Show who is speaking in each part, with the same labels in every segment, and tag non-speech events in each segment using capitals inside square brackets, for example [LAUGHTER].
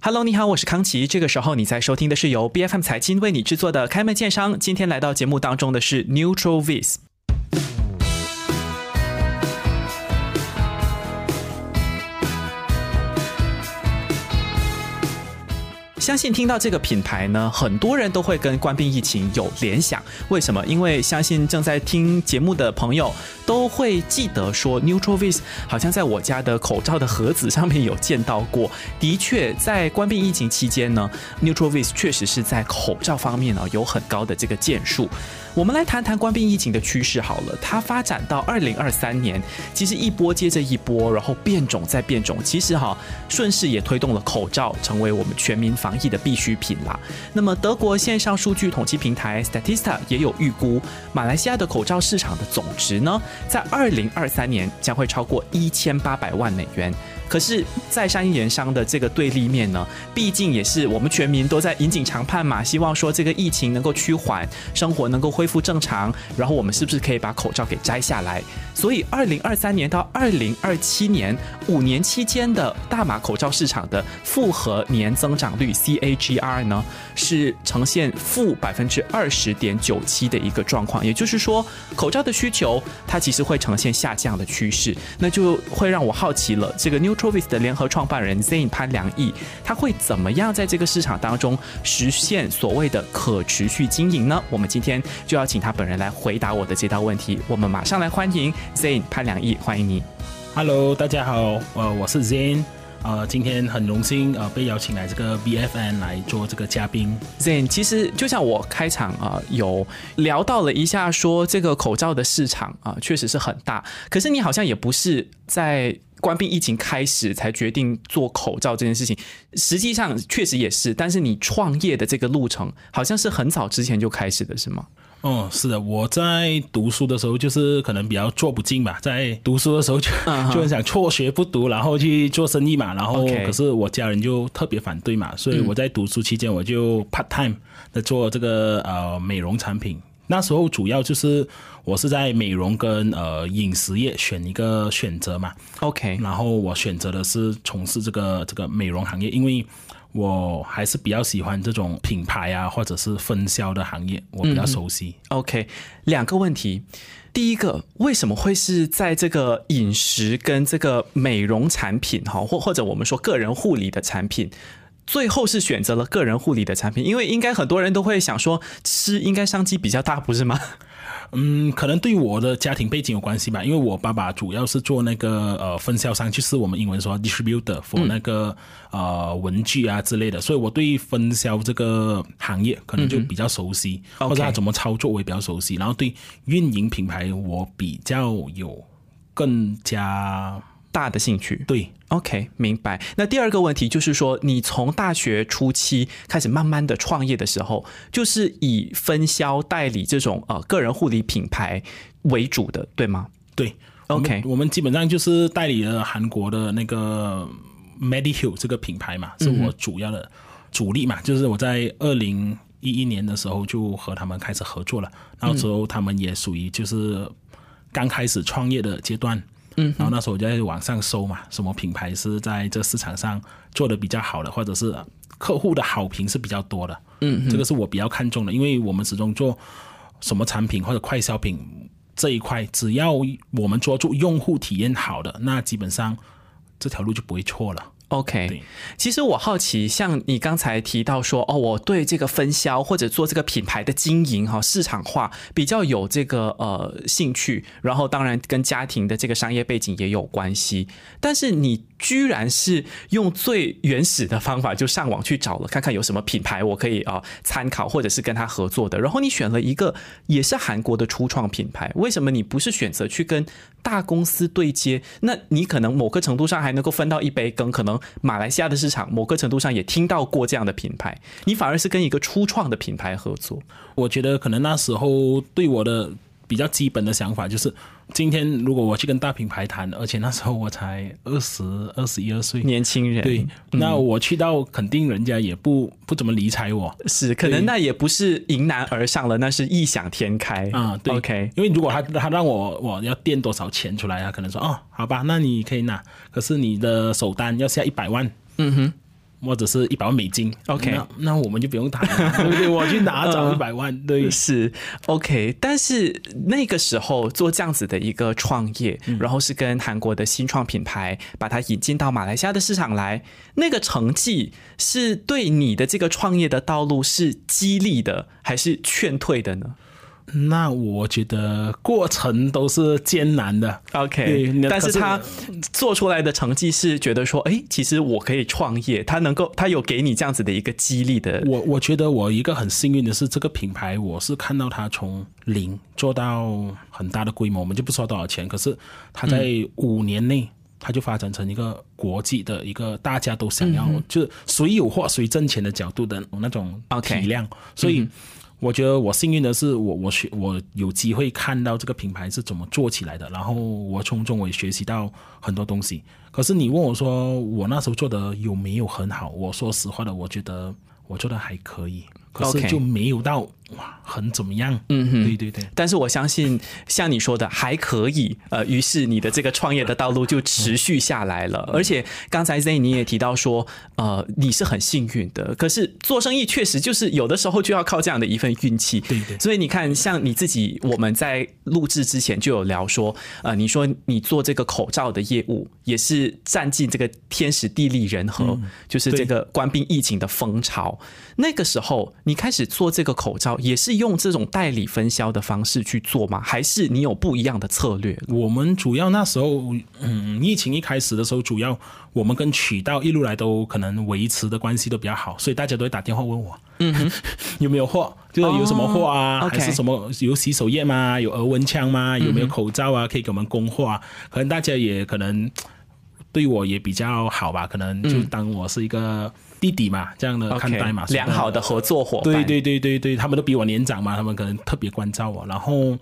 Speaker 1: Hello，你好，我是康奇。这个时候你在收听的是由 B F M 财经为你制作的《开门见商》。今天来到节目当中的是 Neutral Vis。相信听到这个品牌呢，很多人都会跟冠病疫情有联想。为什么？因为相信正在听节目的朋友都会记得说，Neutrovis 好像在我家的口罩的盒子上面有见到过。的确，在冠病疫情期间呢，Neutrovis 确实是在口罩方面呢有很高的这个建树。我们来谈谈冠病疫情的趋势好了，它发展到二零二三年，其实一波接着一波，然后变种再变种，其实哈顺势也推动了口罩成为我们全民防疫的必需品啦。那么德国线上数据统计平台 Statista 也有预估，马来西亚的口罩市场的总值呢，在二零二三年将会超过一千八百万美元。可是，在商言商的这个对立面呢，毕竟也是我们全民都在引颈长盼嘛，希望说这个疫情能够趋缓，生活能够恢复正常，然后我们是不是可以把口罩给摘下来？所以，二零二三年到二零二七年五年期间的大马口罩市场的复合年增长率 （CAGR） 呢，是呈现负百分之二十点九七的一个状况。也就是说，口罩的需求它其实会呈现下降的趋势，那就会让我好奇了，这个 New。Trovis 的联合创办人 Zain 潘良义，他会怎么样在这个市场当中实现所谓的可持续经营呢？我们今天就要请他本人来回答我的这道问题。我们马上来欢迎 Zain 潘良义，欢迎你。
Speaker 2: Hello，大家好，呃，我是 Zain。呃，今天很荣幸呃被邀请来这个 BFN 来做这个嘉宾。
Speaker 1: Zen，其实就像我开场啊、呃、有聊到了一下，说这个口罩的市场啊、呃、确实是很大，可是你好像也不是在冠病疫情开始才决定做口罩这件事情，实际上确实也是，但是你创业的这个路程好像是很早之前就开始的，是吗？
Speaker 2: 哦，是的，我在读书的时候就是可能比较做不进吧，在读书的时候就、uh huh. [LAUGHS] 就很想辍学不读，然后去做生意嘛，然后可是我家人就特别反对嘛，所以我在读书期间我就 part time 的做这个呃美容产品。那时候主要就是我是在美容跟呃饮食业选一个选择嘛
Speaker 1: ，OK，
Speaker 2: 然后我选择的是从事这个这个美容行业，因为。我还是比较喜欢这种品牌啊，或者是分销的行业，我比较熟悉。
Speaker 1: 嗯、OK，两个问题，第一个，为什么会是在这个饮食跟这个美容产品哈，或或者我们说个人护理的产品？最后是选择了个人护理的产品，因为应该很多人都会想说吃应该商机比较大，不是吗？ [LAUGHS]
Speaker 2: 嗯，可能对我的家庭背景有关系吧，因为我爸爸主要是做那个呃分销商，就是我们英文说 distributor for 那个、嗯、呃文具啊之类的，所以我对分销这个行业可能就比较熟悉，嗯、或者他怎么操作我也比较熟悉，然后对运营品牌我比较有更加。
Speaker 1: 大的兴趣，
Speaker 2: 对
Speaker 1: ，OK，明白。那第二个问题就是说，你从大学初期开始慢慢的创业的时候，就是以分销代理这种呃个人护理品牌为主的，对吗？
Speaker 2: 对
Speaker 1: ，OK，
Speaker 2: 我们基本上就是代理了韩国的那个 Medihill 这个品牌嘛，是我主要的主力嘛，嗯、就是我在二零一一年的时候就和他们开始合作了，然后之后他们也属于就是刚开始创业的阶段。嗯，然后那时候我就在网上搜嘛，什么品牌是在这市场上做的比较好的，或者是客户的好评是比较多的。嗯，这个是我比较看重的，因为我们始终做什么产品或者快消品这一块，只要我们抓住用户体验好的，那基本上这条路就不会错了。
Speaker 1: OK，其实我好奇，像你刚才提到说，哦，我对这个分销或者做这个品牌的经营哈、哦、市场化比较有这个呃兴趣，然后当然跟家庭的这个商业背景也有关系。但是你居然是用最原始的方法，就上网去找了，看看有什么品牌我可以啊、呃、参考，或者是跟他合作的。然后你选了一个也是韩国的初创品牌，为什么你不是选择去跟大公司对接？那你可能某个程度上还能够分到一杯羹，可能。马来西亚的市场，某个程度上也听到过这样的品牌，你反而是跟一个初创的品牌合作。
Speaker 2: 我觉得可能那时候对我的比较基本的想法就是，今天如果我去跟大品牌谈，而且那时候我才二十二十一二岁，
Speaker 1: 年轻人，
Speaker 2: 对，嗯、那我去到肯定人家也不不怎么理睬我，
Speaker 1: 是，可能那也不是迎难而上了，那是异想天开
Speaker 2: 啊、嗯。
Speaker 1: OK，
Speaker 2: 因为如果他他让我我要垫多少钱出来，他可能说哦，好吧，那你可以拿，可是你的首单要下一百万，
Speaker 1: 嗯哼。
Speaker 2: 或者是一百万美金
Speaker 1: OK 嗯
Speaker 2: 那那我们就不用谈了，
Speaker 1: [LAUGHS]
Speaker 2: 对不对？我去哪找一百万？对，
Speaker 1: 是 OK，但是那个时候做这样子的一个创业，
Speaker 2: 嗯
Speaker 1: 然后是跟韩国的新创品牌把它引进到马来西亚的市场来，那个成绩是对你的这个创业的道路是激励的，还是劝退的呢
Speaker 2: 那我觉得过程都是艰难的。对
Speaker 1: ？OK，
Speaker 2: 那
Speaker 1: 但是
Speaker 2: 可是
Speaker 1: 他做出来的成绩是觉得说，哎，其实我可以创业，他能够，他有给你这样子的一个激励的，
Speaker 2: 我我觉得我一个很幸运的是，这个品牌我是看到它从零做到很大的规模，我们就不说多少钱，可是它在五年内。它就发展成一个国际的一个大家都想要，就是谁有货谁挣钱的角度的那种
Speaker 1: OK
Speaker 2: 体量所以我觉得我幸运的是我，我学我有机会看到这个品牌是怎么做起来的，然后我从中我也学习到很多东西。可是你问我说我那时候做的有没有很好？我说实话的，我觉得我做的还可以，可
Speaker 1: OK
Speaker 2: 是就没有到哇很怎么样。嗯哼，对对对。
Speaker 1: 但是我相信，像你说的还可以，呃，于是你的这个创业的道路就持续下来了。而且刚才 Z 你也提到说，呃，你是很幸运的，可是做生意确实就是有的时候就要靠这样的一份运气。
Speaker 2: 对对
Speaker 1: 所以你看，像你自己，我们在录制之前就有聊说，呃，你说你做这个口罩的业务也是占尽这个天时地利人和，就是这
Speaker 2: 嗯对
Speaker 1: 个官兵疫情的风潮。那个时候你开始做这个口罩，也是用这种代理分销的方式去做吗？还是你有不一样的策略？
Speaker 2: 我们主要那时候，嗯，疫情一开始的时候，主要我们跟渠道一路来都可能维持的关系都比较好，所以大家都会打电话问我，嗯， [LAUGHS] 有没有货，就是有什么货啊，
Speaker 1: 哦
Speaker 2: 还是
Speaker 1: OK 嗯
Speaker 2: 什么有洗手液吗？有额温枪吗？有没有口罩啊？可以给我们供货啊？可能大家也可能对我也比较好吧，可能就当我是一个弟弟嘛，这样的看待嘛
Speaker 1: 嗯 OK，良好的合作伙伴。
Speaker 2: 对对对对对，他们都比我年长嘛，他们可能特别关照我。然后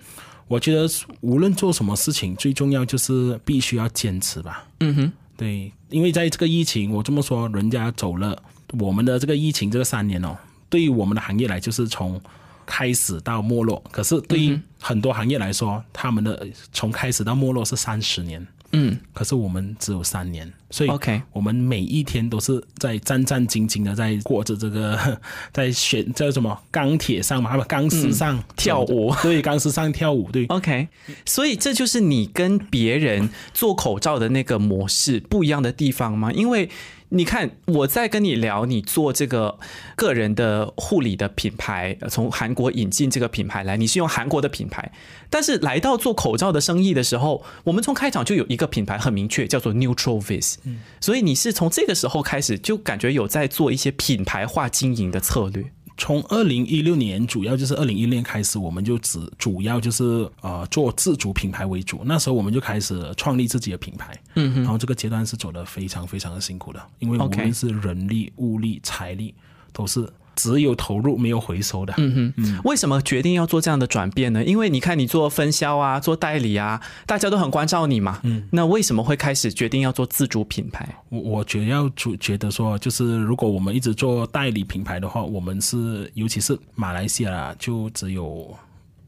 Speaker 2: 我觉得无论做什么事情，最重要就是必须要坚持吧。嗯哼，对，因为在这个疫情，我这么说，人家走了，我们的这个疫情这个三年哦，对于我们的行业来就是从。开始到没落，可是对于很多行业来说，他们的从开始到没落是三十年，嗯，可是我们只有三年，所以
Speaker 1: OK
Speaker 2: 我们每一天都是在战战兢兢的在过着这个 [LAUGHS] 在选叫什么钢铁上嘛，啊不钢丝上、
Speaker 1: 跳舞，
Speaker 2: 对，钢丝上跳舞，对。
Speaker 1: OK，所以这就是你跟别人做口罩的那个模式不一样的地方吗？因为你看，我在跟你聊你做这个个人的护理的品牌，呃从韩国引进这个品牌来，你是用韩国的品牌，但是来到做口罩的生意的时候，我们从开场就有一个品牌很明确，叫做 Neutral Vis，、所以你是从这个时候开始就感觉有在做一些品牌化经营的策略。
Speaker 2: 从二零一六年，主要就是二零一六年开始，我们就只主要就是呃做自主品牌为主。那时候我们就开始创立自己的品牌，嗯，然后这个阶段是走的非常非常的辛苦的，因为无
Speaker 1: OK
Speaker 2: 论是人力、物力、财力，都是只有投入没有回收的。嗯哼，
Speaker 1: 为什么决定要做这样的转变呢？因为你看，你做分销啊，做代理啊，大家都很关照你嘛。嗯，那为什么会开始决定要做自主品牌？
Speaker 2: 我我主要主觉得说，就是如果我们一直做代理品牌的话，我们是尤其是马来西亚就只有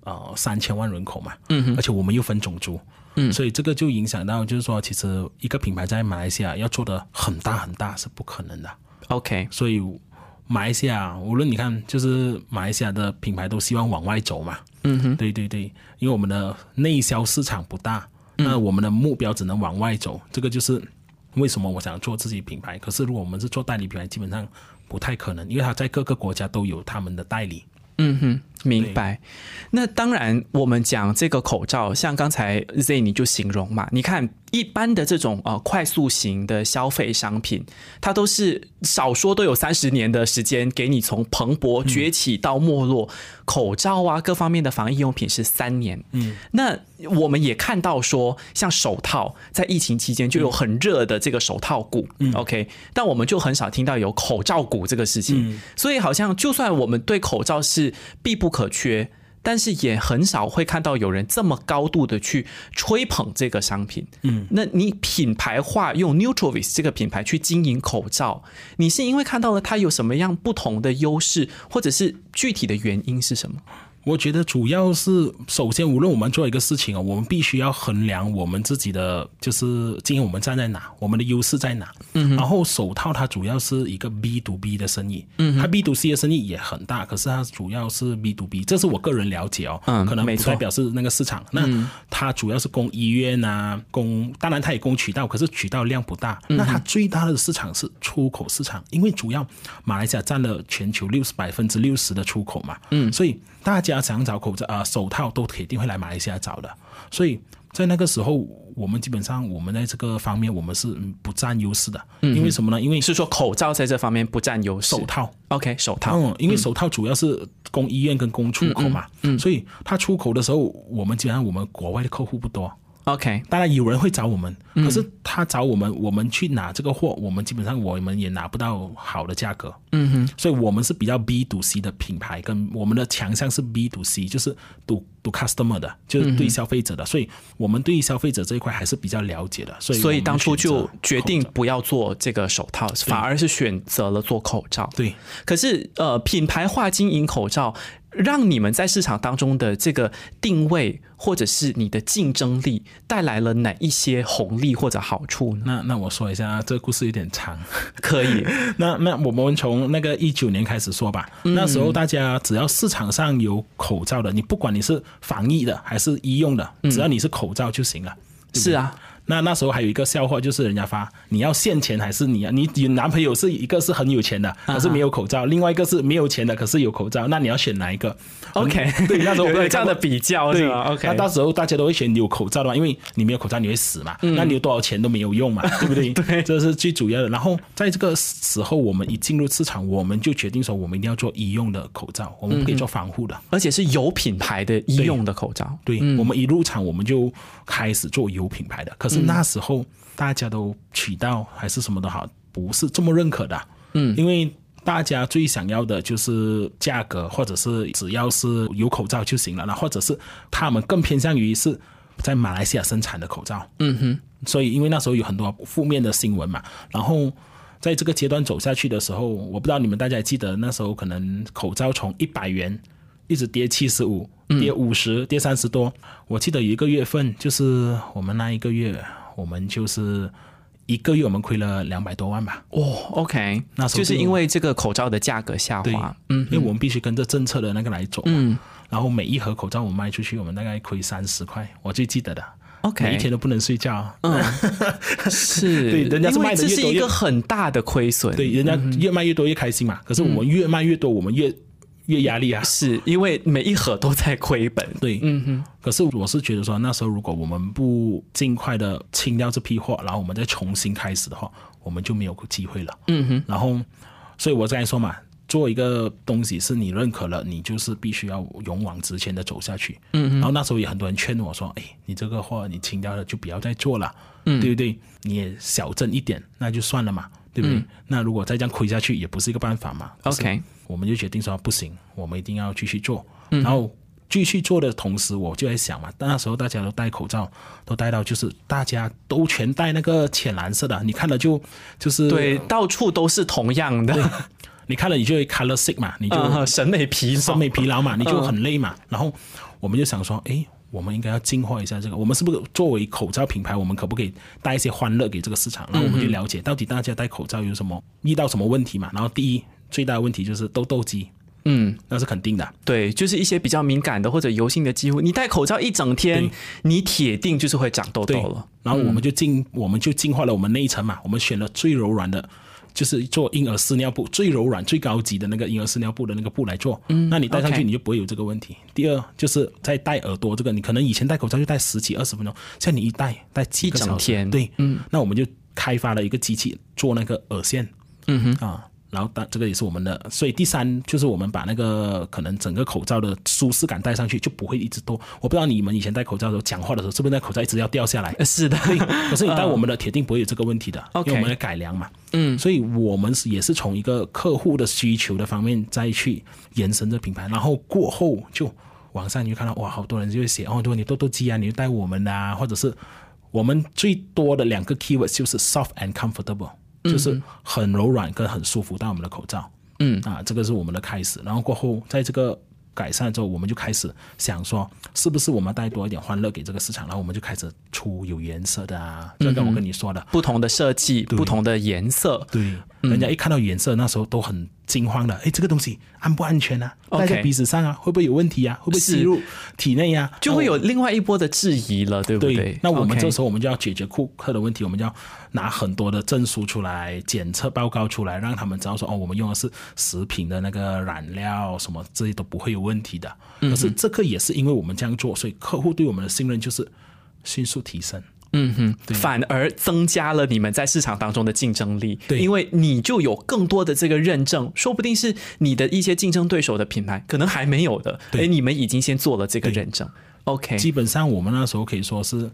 Speaker 2: 呃三千万人口嘛，嗯，而且我们又分种族，嗯，所以这个就影响到就是说，其实一个品牌在马来西亚要做的很大很大是不可能的，
Speaker 1: OK，
Speaker 2: 所以马来西亚无论你看，就是马来西亚的品牌都希望往外走嘛，嗯哼，对对对，因为我们的内销市场不大，那我们的目标只能往外走，这个就是为什么我想做自己品牌。可是如果我们是做代理品牌，基本上不太可能，因为它在各个国家都有他们的代理。
Speaker 1: 明白。那当然，我们讲这个口罩，像刚才 Z 你就形容嘛，你看一般的这种呃快速型的消费商品，它都是少说都有三十年的时间给你从蓬勃崛起到没落。口罩啊，各方面的防疫用品是三年。嗯，那我们也看到说，像手套在疫情期间就有很热的这个手套股。嗯，OK，但我们就很少听到有口罩股这个事情。所以好像就算我们对口罩是必不可缺。但是也很少会看到有人这么高度的去吹捧这个商品。嗯，那你品牌化用 Neutrovis 这个品牌去经营口罩，你是因为看到了它有什么样不同的优势，或者是具体的原因是什么？
Speaker 2: 我觉得主要是，首先，无论我们做一个事情啊，我们必须要衡量我们自己的，就是今天我们站在哪，我们的优势在哪。嗯。然后手套它主要是一个 B to B 的生意，嗯，它 B to C 的生意也很大，可是它主要是 B to B，这是我个人了解哦，
Speaker 1: 嗯
Speaker 2: 可能
Speaker 1: 没
Speaker 2: 不
Speaker 1: 错
Speaker 2: 代表是那个市场。那它主要是供医院啊，供，当然它也供渠道，可是渠道量不大。那它最大的市场是出口市场，因为主要马来西亚占了全球六十百分之六十的出口嘛，嗯，所以大家想找口罩啊、手套都肯定会来马来西亚找的，所以。在那个时候，我们基本上我们在这个方面我们是嗯不占优势的，因为什么呢？因为
Speaker 1: 是说口罩在这方面不占优势。
Speaker 2: 手套
Speaker 1: OK，手套。
Speaker 2: 嗯，因为手套主要是供医院跟供出口嘛，
Speaker 1: 嗯
Speaker 2: 所以它出口的时候，我们基本上我们国外的客户不多。
Speaker 1: OK，
Speaker 2: 当然有人会找我们，
Speaker 1: 嗯
Speaker 2: 可是他找我们，我们去拿这个货，我们基本上我们也拿不到好的价格。嗯哼，所以我们是比较 B to C 的品牌，跟我们的强项是 B to C，就是赌赌 customer 的，就是对消费者
Speaker 1: 嗯
Speaker 2: 的，所以我们对消费者这一块还是比较了解的。所以
Speaker 1: 所以
Speaker 2: 我们
Speaker 1: 当初
Speaker 2: 选择
Speaker 1: 就决定
Speaker 2: 口罩
Speaker 1: 不要做这个手套，反而是选择了做口罩。
Speaker 2: 对。
Speaker 1: 可是呃，品牌化经营口罩，让你们在市场当中的这个定位或者是你的竞争力，带来了哪一些红利或者好处呢？
Speaker 2: 那那我说一下，这个故事有点长。
Speaker 1: 可以，
Speaker 2: [LAUGHS] 那那我们从那个一九年开始说吧，
Speaker 1: 嗯
Speaker 2: 那时候大家只要市场上有口罩的，你不管你是防疫的还是医用的，
Speaker 1: 嗯
Speaker 2: 只要你是口罩就行了。
Speaker 1: [LAUGHS] 是啊，
Speaker 2: 那那时候还有一个笑话，就是人家发你要现钱还是你要你你男朋友是一个是很有钱的，
Speaker 1: 啊
Speaker 2: 可是没有口罩，另外一个是没有钱的，可是有口罩，那你要选哪一个
Speaker 1: OK
Speaker 2: 对，那时候
Speaker 1: [LAUGHS]
Speaker 2: 我
Speaker 1: 有
Speaker 2: 们
Speaker 1: 有这样的比较
Speaker 2: 对
Speaker 1: 是吗？OK
Speaker 2: 那到时候大家都会选有口罩的嘛，因为你没有口罩你会死嘛，
Speaker 1: 嗯
Speaker 2: 那你有多少钱都没
Speaker 1: [LAUGHS]
Speaker 2: 有用嘛，对不对？对，这是最主要的。然后在这个时候，我们一进入市场，我们就决定说，我们一定要做医用的口罩，我们不
Speaker 1: 嗯
Speaker 2: 可以做防护的。
Speaker 1: 而且是有品牌的医用的口罩。
Speaker 2: 对、我们一入场我们就开始做有品牌的，可是那时候大家都渠道还是什么的好，不是这么认可的。嗯，因为大家最想要的就是价格，或者是只要是有口罩就行了，那或者是他们更偏向于是在马来西亚生产的口罩。嗯哼，所以因为那时候有很多负面的新闻嘛，然后。在这个阶段走下去的时候，我不知道你们大家还记得那时候可能口罩从一百元一直跌七十五，跌五十，跌三十多。我记得有一个月份，就是我们那一个月，我们就是一个月我们亏了两百多万吧。
Speaker 1: 哦，OK，
Speaker 2: 那时候
Speaker 1: 就
Speaker 2: 就是
Speaker 1: 因为这个口罩的价格下
Speaker 2: 对
Speaker 1: 滑，，
Speaker 2: 嗯，因为我们必须跟着政策的那个来走。嗯，然后每一盒口罩我们卖出去，我们大概亏三十块，我最记得的。
Speaker 1: OK
Speaker 2: 每一天都不能睡觉。
Speaker 1: 是，
Speaker 2: 对人家是
Speaker 1: 因为
Speaker 2: 卖得
Speaker 1: 这
Speaker 2: 越
Speaker 1: 是
Speaker 2: 多
Speaker 1: 一
Speaker 2: 越
Speaker 1: 个很大的亏损，
Speaker 2: 对，，人家越卖越多越开心嘛。可是我们越卖越多，我们越越压力啊。
Speaker 1: 是因为每一盒都在亏本，
Speaker 2: 对，嗯哼。可是我是觉得说，那时候如果我们不尽快的清掉这批货，然后我们再重新开始的话，我们就没有机会了。嗯哼。然后，所以我刚才说嘛，做一个东西是你认可了，你就是必须要勇往直前的走下去。嗯然后那时候也很多人劝我说：“哎，你这个货你清掉了，就不要再做了，嗯、对不对？你也小挣一点，那就算了嘛，对不对？那如果再这样亏下去，也不是一个办法嘛。可是
Speaker 1: OK
Speaker 2: 我们就决定说不行，我们一定要继续做。然后继续做的同时，我就在想嘛，那时候大家都戴口罩，都戴到就是大家都全戴那个浅蓝色的，你看了就就是
Speaker 1: 对，，到处都是同样的，
Speaker 2: 你看了你就会 color sick 嘛，
Speaker 1: [LAUGHS]
Speaker 2: 你就
Speaker 1: 嗯，审美疲劳，
Speaker 2: 审美疲劳嘛，你就很累嘛。然后我们就想说，诶，我们应该要进化一下这个。我们是不是作为口罩品牌，我们可不可以带一些欢乐给这个市场？然后我们去了解到底大家戴口罩有什么遇到什么问题嘛？然后第一最大的问题就是痘痘肌，嗯，那是肯定的。
Speaker 1: 对，就是一些比较敏感的或者油性的肌肤，你戴口罩一整天，你铁定就是会长痘痘
Speaker 2: 对
Speaker 1: 了。
Speaker 2: 然后我们就进，我们就进化了我们那一层嘛，我们选了最柔软的。就是做婴儿饲尿布最柔软、最高级的那个婴儿饲尿布的那个布来做，嗯，那你戴上
Speaker 1: OK
Speaker 2: 去你就不会有这个问题。第二就是在戴耳朵这个，你可能以前戴口罩就戴十几二十分钟，像你一戴戴几个
Speaker 1: 一整
Speaker 2: 小时
Speaker 1: 天
Speaker 2: 对，嗯，那我们就开发了一个机器做那个耳线，嗯哼啊，然后当这个也是我们的，所以第三就是我们把那个可能整个口罩的舒适感戴上去，就不会一直多。我不知道你们以前戴口罩的时候讲话的时候，是不是那口罩一直要掉下来？
Speaker 1: 呃是的，
Speaker 2: 可是你戴我们的铁定不会有这个问题的，因
Speaker 1: OK
Speaker 2: 为我们的改良嘛。嗯，所以我们是也是从一个客户的需求的方面再去延伸这品牌，然后过后就网上你就看到哇，好多人就会写哦，如果你痘痘肌啊，你就戴我们的啊，或者是我们最多的两个 keywords 就是 soft and comfortable，就是很柔软跟很舒服戴我们的口罩。嗯啊，这个是我们的开始，然后过后在这个改善之后，我们就开始想说，是不是我们带多一点欢乐给这个市场？然后我们就开始出有颜色的啊，就跟我跟你说的，
Speaker 1: [LAUGHS] 不同的设计，不同的颜色，
Speaker 2: 对，
Speaker 1: 嗯
Speaker 2: 人家一看到颜色，那时候都很惊慌的。哎，这个东西安不安全啊？戴
Speaker 1: OK
Speaker 2: 在鼻子上啊，会不会有问题啊？会不会
Speaker 1: 是
Speaker 2: 吸入体内啊？
Speaker 1: 就会有另外一波的质疑了，对不
Speaker 2: 对，那我们
Speaker 1: OK
Speaker 2: 这时候我们就要解决顾客的问题，我们就要拿很多的证书出来、检测报告出来，让他们知道说哦，我们用的是食品的那个染料，什么这些都不会有问题的。可是这个也是因为我们这样做，所以客户对我们的信任就是迅速提升。
Speaker 1: 嗯哼，反而增加了你们在市场当中的竞争力，
Speaker 2: 对
Speaker 1: 因为你就有更多的这个认证，说不定是你的一些竞争对手的品牌可能还没有的，
Speaker 2: 对
Speaker 1: 哎，你们已经先做了这个认证，OK，
Speaker 2: 基本上我们那时候可以说是，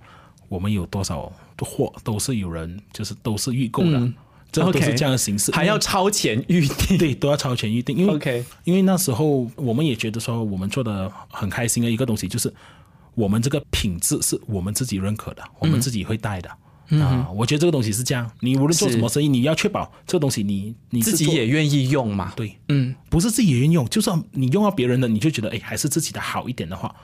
Speaker 2: 我们有多少货都是有人就是都是预购的，这都
Speaker 1: 嗯 OK
Speaker 2: 是这样的形式，
Speaker 1: 还要超前预 [LAUGHS] 定，
Speaker 2: 对，都要超前预定，因为
Speaker 1: OK
Speaker 2: 因为那时候我们也觉得说，我们做的很开心的一个东西就是，我们这个品质是我们自己认可的，
Speaker 1: 嗯
Speaker 2: 我们自己会带的。啊，我觉得这个东西是这样，你无论做
Speaker 1: 是
Speaker 2: 什么生意，你要确保这个东西你你是
Speaker 1: 自己
Speaker 2: 做
Speaker 1: 也愿意用嘛，
Speaker 2: 对，嗯，不是自己也用，就算你用到别人的，你就觉得哎还是自己的好一点的话，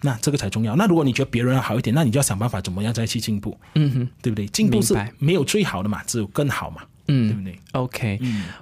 Speaker 2: 那这个才重要。那如果你觉得别人的好一点，那你就要想办法怎么样再去进步，嗯哼，对不对？进步是
Speaker 1: 明白
Speaker 2: 没有最好的嘛，只有更好嘛，嗯，对不对？
Speaker 1: OK，、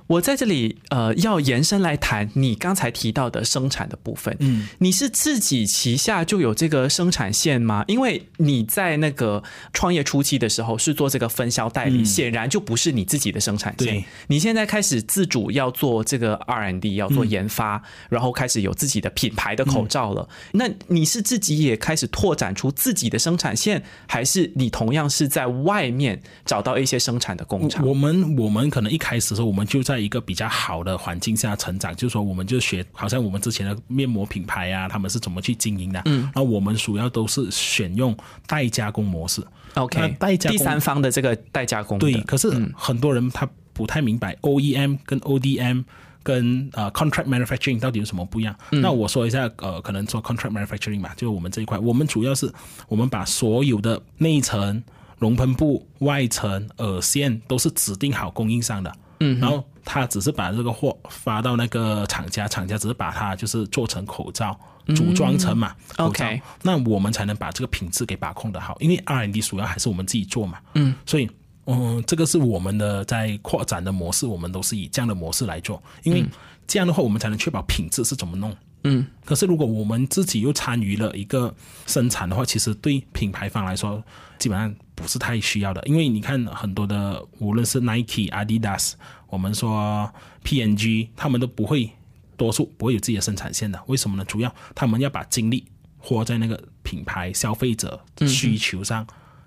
Speaker 1: 我在这里呃要延伸来谈你刚才提到的生产的部分。嗯，你是自己旗下就有这个生产线吗？因为你在那个创业初期的时候是做这个分销代理，显然就不是你自己的生产线
Speaker 2: 对。
Speaker 1: 你现在开始自主要做这个 R&D，要做研发，然后开始有自己的品牌的口罩了。那你是自己也开始拓展出自己的生产线，还是你同样是在外面找到一些生产的工厂？
Speaker 2: 我们我们可能一开始的时候，我们就在一个比较好的环境下成长，就是说，我们就学好像我们之前的面膜品牌啊，他们是怎么去经营的。嗯，那我们主要都是选用代加工模式。那
Speaker 1: OK，
Speaker 2: 代加
Speaker 1: 第
Speaker 2: 工
Speaker 1: 三方的这个代加工的
Speaker 2: 对，可是很多人他不太明白 OEM 跟 ODM 跟呃 contract manufacturing 到底有什么不一样。那我说一下，呃，可能说 contract manufacturing 吧，就是我们这一块，我们主要是我们把所有的内层、熔喷布、外层、耳线都是指定好供应商的，嗯，然后。他只是把这个货发到那个厂家，厂家只是把它就是做成口罩，组装成嘛、口罩
Speaker 1: OK
Speaker 2: 那我们才能把这个品质给把控的好，因为 R&D 主要还是我们自己做嘛，嗯，所以。嗯，这个是我们的在扩展的模式，我们都是以这样的模式来做，因为这样的话，我们才能确保品质是怎么弄。嗯，可是如果我们自己又参与了一个生产的话，其实对品牌方来说，基本上不是太需要的，因为你看很多的，无论是 Nike、Adidas，我们说 P&G，他们都不会，多数不会有自己的生产线的，为什么呢？主要他们要把精力活在那个品牌消费者需求上，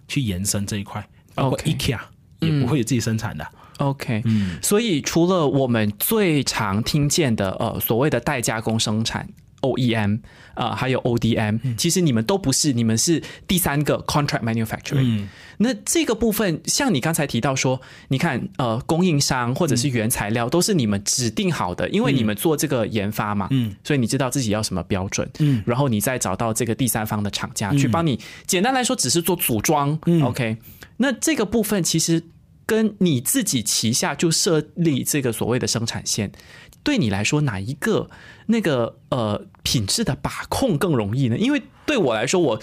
Speaker 2: 去延伸这一块，包括
Speaker 1: OK 嗯
Speaker 2: IKEA 也不会有自己生产的。
Speaker 1: OK，所以除了我们最常听见的呃所谓的代加工生产 OEM 啊、呃，还有 ODM，、其实你们都不是，你们是第三个 contract manufacturing。那这个部分，像你刚才提到说，你看呃供应商或者是原材料、都是你们指定好的，因为你们做这个研发嘛，嗯，所以你知道自己要什么标准，嗯，然后你再找到这个第三方的厂家、去帮你，简单来说只是做组装、o k 那这个部分其实。跟你自己旗下就设立这个所谓的生产线，对你来说哪一个那个呃品质的把控更容易呢？因为对我来说，我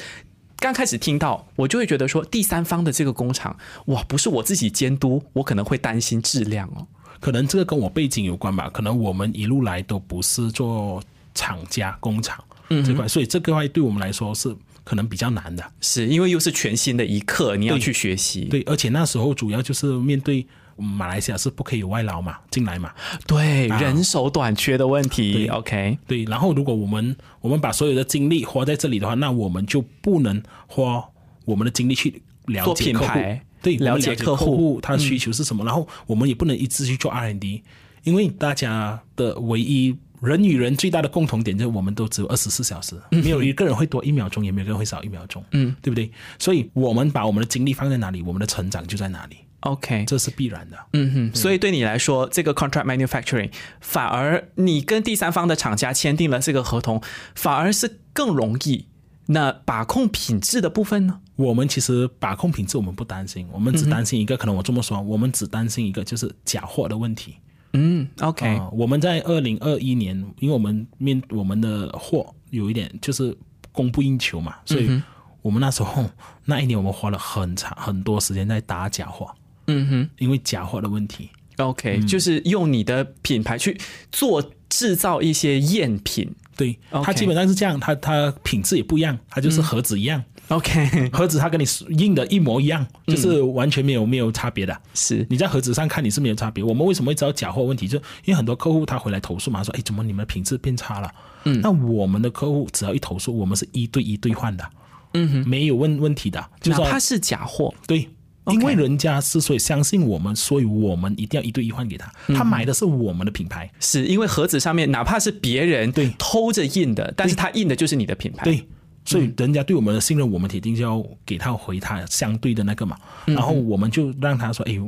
Speaker 1: 刚开始听到，我就会觉得说第三方的这个工厂，哇，不是我自己监督，我可能会担心质量哦。
Speaker 2: 可能这个跟我背景有关吧，可能我们一路来都不是做厂家、工厂这块，所以这个块对我们来说是可能比较难的。
Speaker 1: 是因为又是全新的一课，你要
Speaker 2: 对
Speaker 1: 去学习。
Speaker 2: 对，而且那时候主要就是面对嗯马来西亚是不可以有外劳嘛进来嘛，
Speaker 1: 对人手短缺的问题
Speaker 2: 啊对
Speaker 1: ，OK，
Speaker 2: 对，然后如果我们我们把所有的精力花在这里的话，那我们就不能花我们的精力去了
Speaker 1: 做
Speaker 2: 解
Speaker 1: 品
Speaker 2: 客户
Speaker 1: 牌
Speaker 2: 对，我们
Speaker 1: 了
Speaker 2: 了
Speaker 1: 解
Speaker 2: 解
Speaker 1: 客
Speaker 2: 嗯客
Speaker 1: 户
Speaker 2: 户他的需求是什么，然后我们也不能一直去做 R&D，因为大家的唯一。人与人最大的共同点就是，我们都只有二十四小时，没有一个人会多一秒钟，也没有一个人会少一秒钟，嗯，对不对？所以，我们把我们的精力放在哪里，我们的成长就在哪里，
Speaker 1: OK，
Speaker 2: 这是必然的。
Speaker 1: 嗯哼，所以对你来说，这个 contract manufacturing 反而你跟第三方的厂家签订了这个合同，反而是更容易。那把控品质的部分呢？
Speaker 2: 我们其实把控
Speaker 1: 嗯
Speaker 2: 品质我们不担心，我们只担心一个，可能我这么说，我们只担心一个就是假货的问题。
Speaker 1: 嗯，OK，
Speaker 2: 啊，我们在二零二一年，因为我们面我们的货有一点就是供不应求
Speaker 1: 嗯
Speaker 2: 嘛，所以我们那时候那一年我们花了很长很多时间在打假货，
Speaker 1: 嗯哼。
Speaker 2: 因为假货的问题。
Speaker 1: OK，、就是
Speaker 2: 嗯
Speaker 1: 用你的品牌去做制造一些赝品。
Speaker 2: 对
Speaker 1: OK 嗯
Speaker 2: 它基本上是这样，它它品质也不一样，它就是盒子一样，
Speaker 1: OK，
Speaker 2: 盒子它跟你印的一模一样，就是
Speaker 1: 嗯
Speaker 2: 完全没有没有差别的。
Speaker 1: 是
Speaker 2: 你在盒子上看你是没有差别。我们为什么会知道假货问题？就因为很多客户他回来投诉嘛，他说：“哎，怎么你们品质变差了？”嗯，那我们的客户只要一投诉，我们是一对一兑换的，嗯哼，没有问问题的，就
Speaker 1: 哪
Speaker 2: 是说
Speaker 1: 怕是假货，
Speaker 2: 对。因为人家之所以相信我们，所以我们一定要一对一换给他。他买的是我们的品牌，
Speaker 1: 是因为盒子上面哪怕是别人
Speaker 2: 对
Speaker 1: 偷着印的，但是他印的就是你的品牌。，
Speaker 2: 对，所以人家对我们的信任，我们铁定就要给他回他相对的那个嘛。
Speaker 1: 嗯
Speaker 2: 然后我们就让他说：“哎，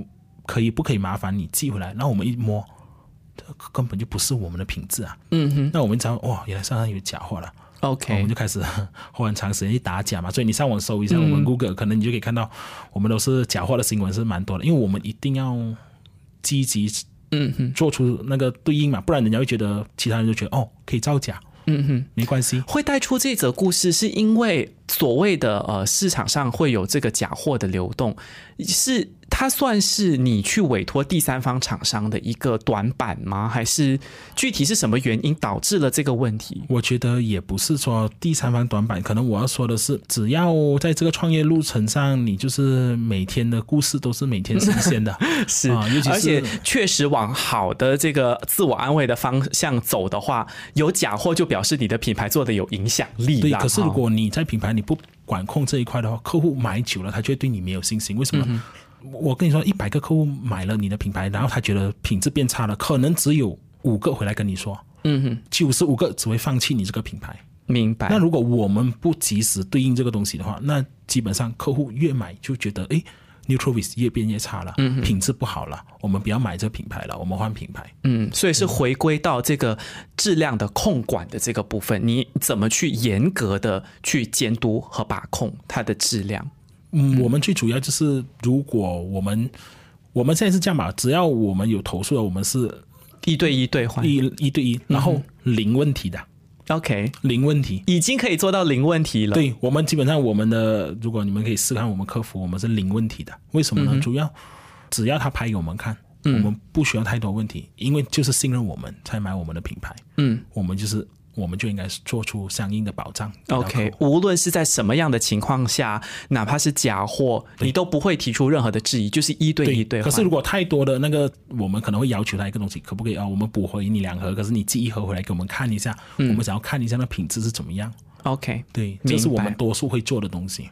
Speaker 2: 可以不可以麻烦你寄回来？”然后我们一摸，这根本就不是我们的品质啊。
Speaker 1: 嗯哼哎
Speaker 2: 那我们才哇，原来上上有假货了。我
Speaker 1: ，OK，
Speaker 2: 们就开始 [LAUGHS] 花很长时间去哎打假嘛，所以你上网搜一下我
Speaker 1: 嗯
Speaker 2: 们 Google，、可能你就可以看到我们都是假货的新闻是蛮多的，因为我们一定要积极，
Speaker 1: 嗯
Speaker 2: 哼，做出那个对应嘛，不然人家会觉得其他人就觉得哦可以造假，
Speaker 1: 嗯哼。
Speaker 2: 没关系，
Speaker 1: 会带出这则故事，是因为所谓的呃市场上会有这个假货的流动，是它算是你去委托第三方厂商的一个短板吗？还是具体是什么原因导致了这个问题？
Speaker 2: 我觉得也不是说第三方短板，可能我要说的是，只要在这个创业路程上，你就是每天的故事都是每天新鲜的，
Speaker 1: [LAUGHS] 是，
Speaker 2: 啊尤其
Speaker 1: 而且
Speaker 2: 是
Speaker 1: 确实往好的这个自我安慰的方向走的话，有假货就表示你的品牌做的有影响力
Speaker 2: 对，
Speaker 1: 啦
Speaker 2: 可是如
Speaker 1: 哈
Speaker 2: 果你在品牌你不管控这一块的话，客户买久了，他就会对你没有信心。为什么？
Speaker 1: 嗯
Speaker 2: 我跟你说，一百个客户买了你的品牌，然后他觉得品质变差了，可能只有五个回来跟你说，
Speaker 1: 嗯哼，
Speaker 2: 九十五个只会放弃你这个品牌。
Speaker 1: 明白
Speaker 2: 那如果我们不及时对应这个东西的话，那基本上客户越买就觉得，诶 n e u t r a l i s 越变越差了，品质不好了，我们不要买这个品牌了，我们换品牌。
Speaker 1: 嗯，所以是回归到这个质量的控管的这个部分，你怎么去严格的去监督和把控它的质量？
Speaker 2: 嗯，我们最主要就是，如果我们我们现在是这样吧，只要我们有投诉了，我们是
Speaker 1: 一对一兑换
Speaker 2: 一一对一，然后零问题的，
Speaker 1: ，OK，
Speaker 2: 零问题。
Speaker 1: 已经可以做到零问题了。
Speaker 2: 对我们基本上我们的，如果你们可以试看我们客服，我们是零问题的。为什么
Speaker 1: 嗯
Speaker 2: 呢？主要只要他拍给我们看，我们不需要太多问题，因为就是信任我们才买我们的品牌。嗯，我们就是我们就应该做出相应的保障。
Speaker 1: OK，无论是在什么样的情况下，哪怕是假货，你都不会提出任何的质疑，就是一对一兑
Speaker 2: 可
Speaker 1: 换。
Speaker 2: 是如果太多的那个，我们可能会要求他一个东西，可不可以啊、我们补回你两盒，可是你寄一盒回来给我们看一下，
Speaker 1: 嗯
Speaker 2: 我们想要看一下那品质是怎么样。
Speaker 1: OK，
Speaker 2: 对，这是我
Speaker 1: 明
Speaker 2: 们
Speaker 1: 白
Speaker 2: 多数会做的东西。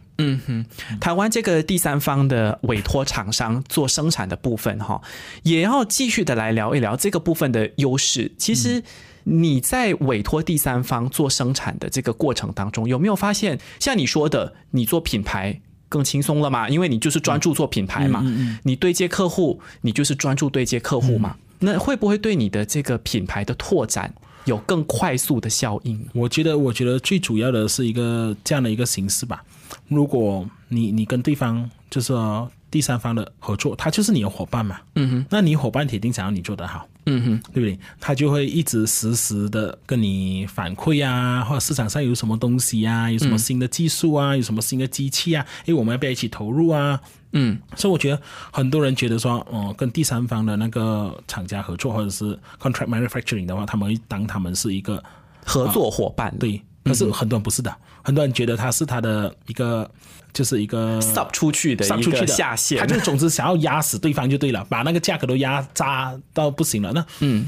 Speaker 1: 台湾这个第三方的委托厂商做生产的部分哈，也要继续的来聊一聊这个部分的优势。其
Speaker 2: 嗯
Speaker 1: 实你在委托第三方做生产的这个过程当中，有没有发现像你说的，你做品牌？更轻松了嘛，因为你就是专注做品牌
Speaker 2: 嗯
Speaker 1: 嘛，你对接客户，你就是专注对接客户嘛。
Speaker 2: 嗯
Speaker 1: 那会不会对你的这个品牌的拓展有更快速的效应呢？
Speaker 2: 我觉得，我觉得最主要的是一个这样的一个形式吧。如果你你跟对方就是说第三方的合作，他就是你的伙伴嘛，嗯哼，那你伙伴铁定想要你做得好，
Speaker 1: 嗯哼，
Speaker 2: 对不对？他就会一直实时的跟你反馈啊，或者市场上有什么东西啊，有什
Speaker 1: 嗯
Speaker 2: 么新的技术啊，有什么新的机器啊，诶，我们要不要一起投入啊？
Speaker 1: 嗯，
Speaker 2: 所以我觉得很多人觉得说，哦、跟第三方的那个厂家合作或者是 contract manufacturing 的话，他们会当他们是一个
Speaker 1: 合作伙伴、
Speaker 2: 嗯对，可是很多人不是的，很多人觉得他是他的一个，就是一个
Speaker 1: sub 出去的
Speaker 2: 上
Speaker 1: 一
Speaker 2: 出去
Speaker 1: 个
Speaker 2: 的
Speaker 1: 下线，
Speaker 2: 他就总之想要压死对方就对了，把那个价格都压榨到不行了。那嗯，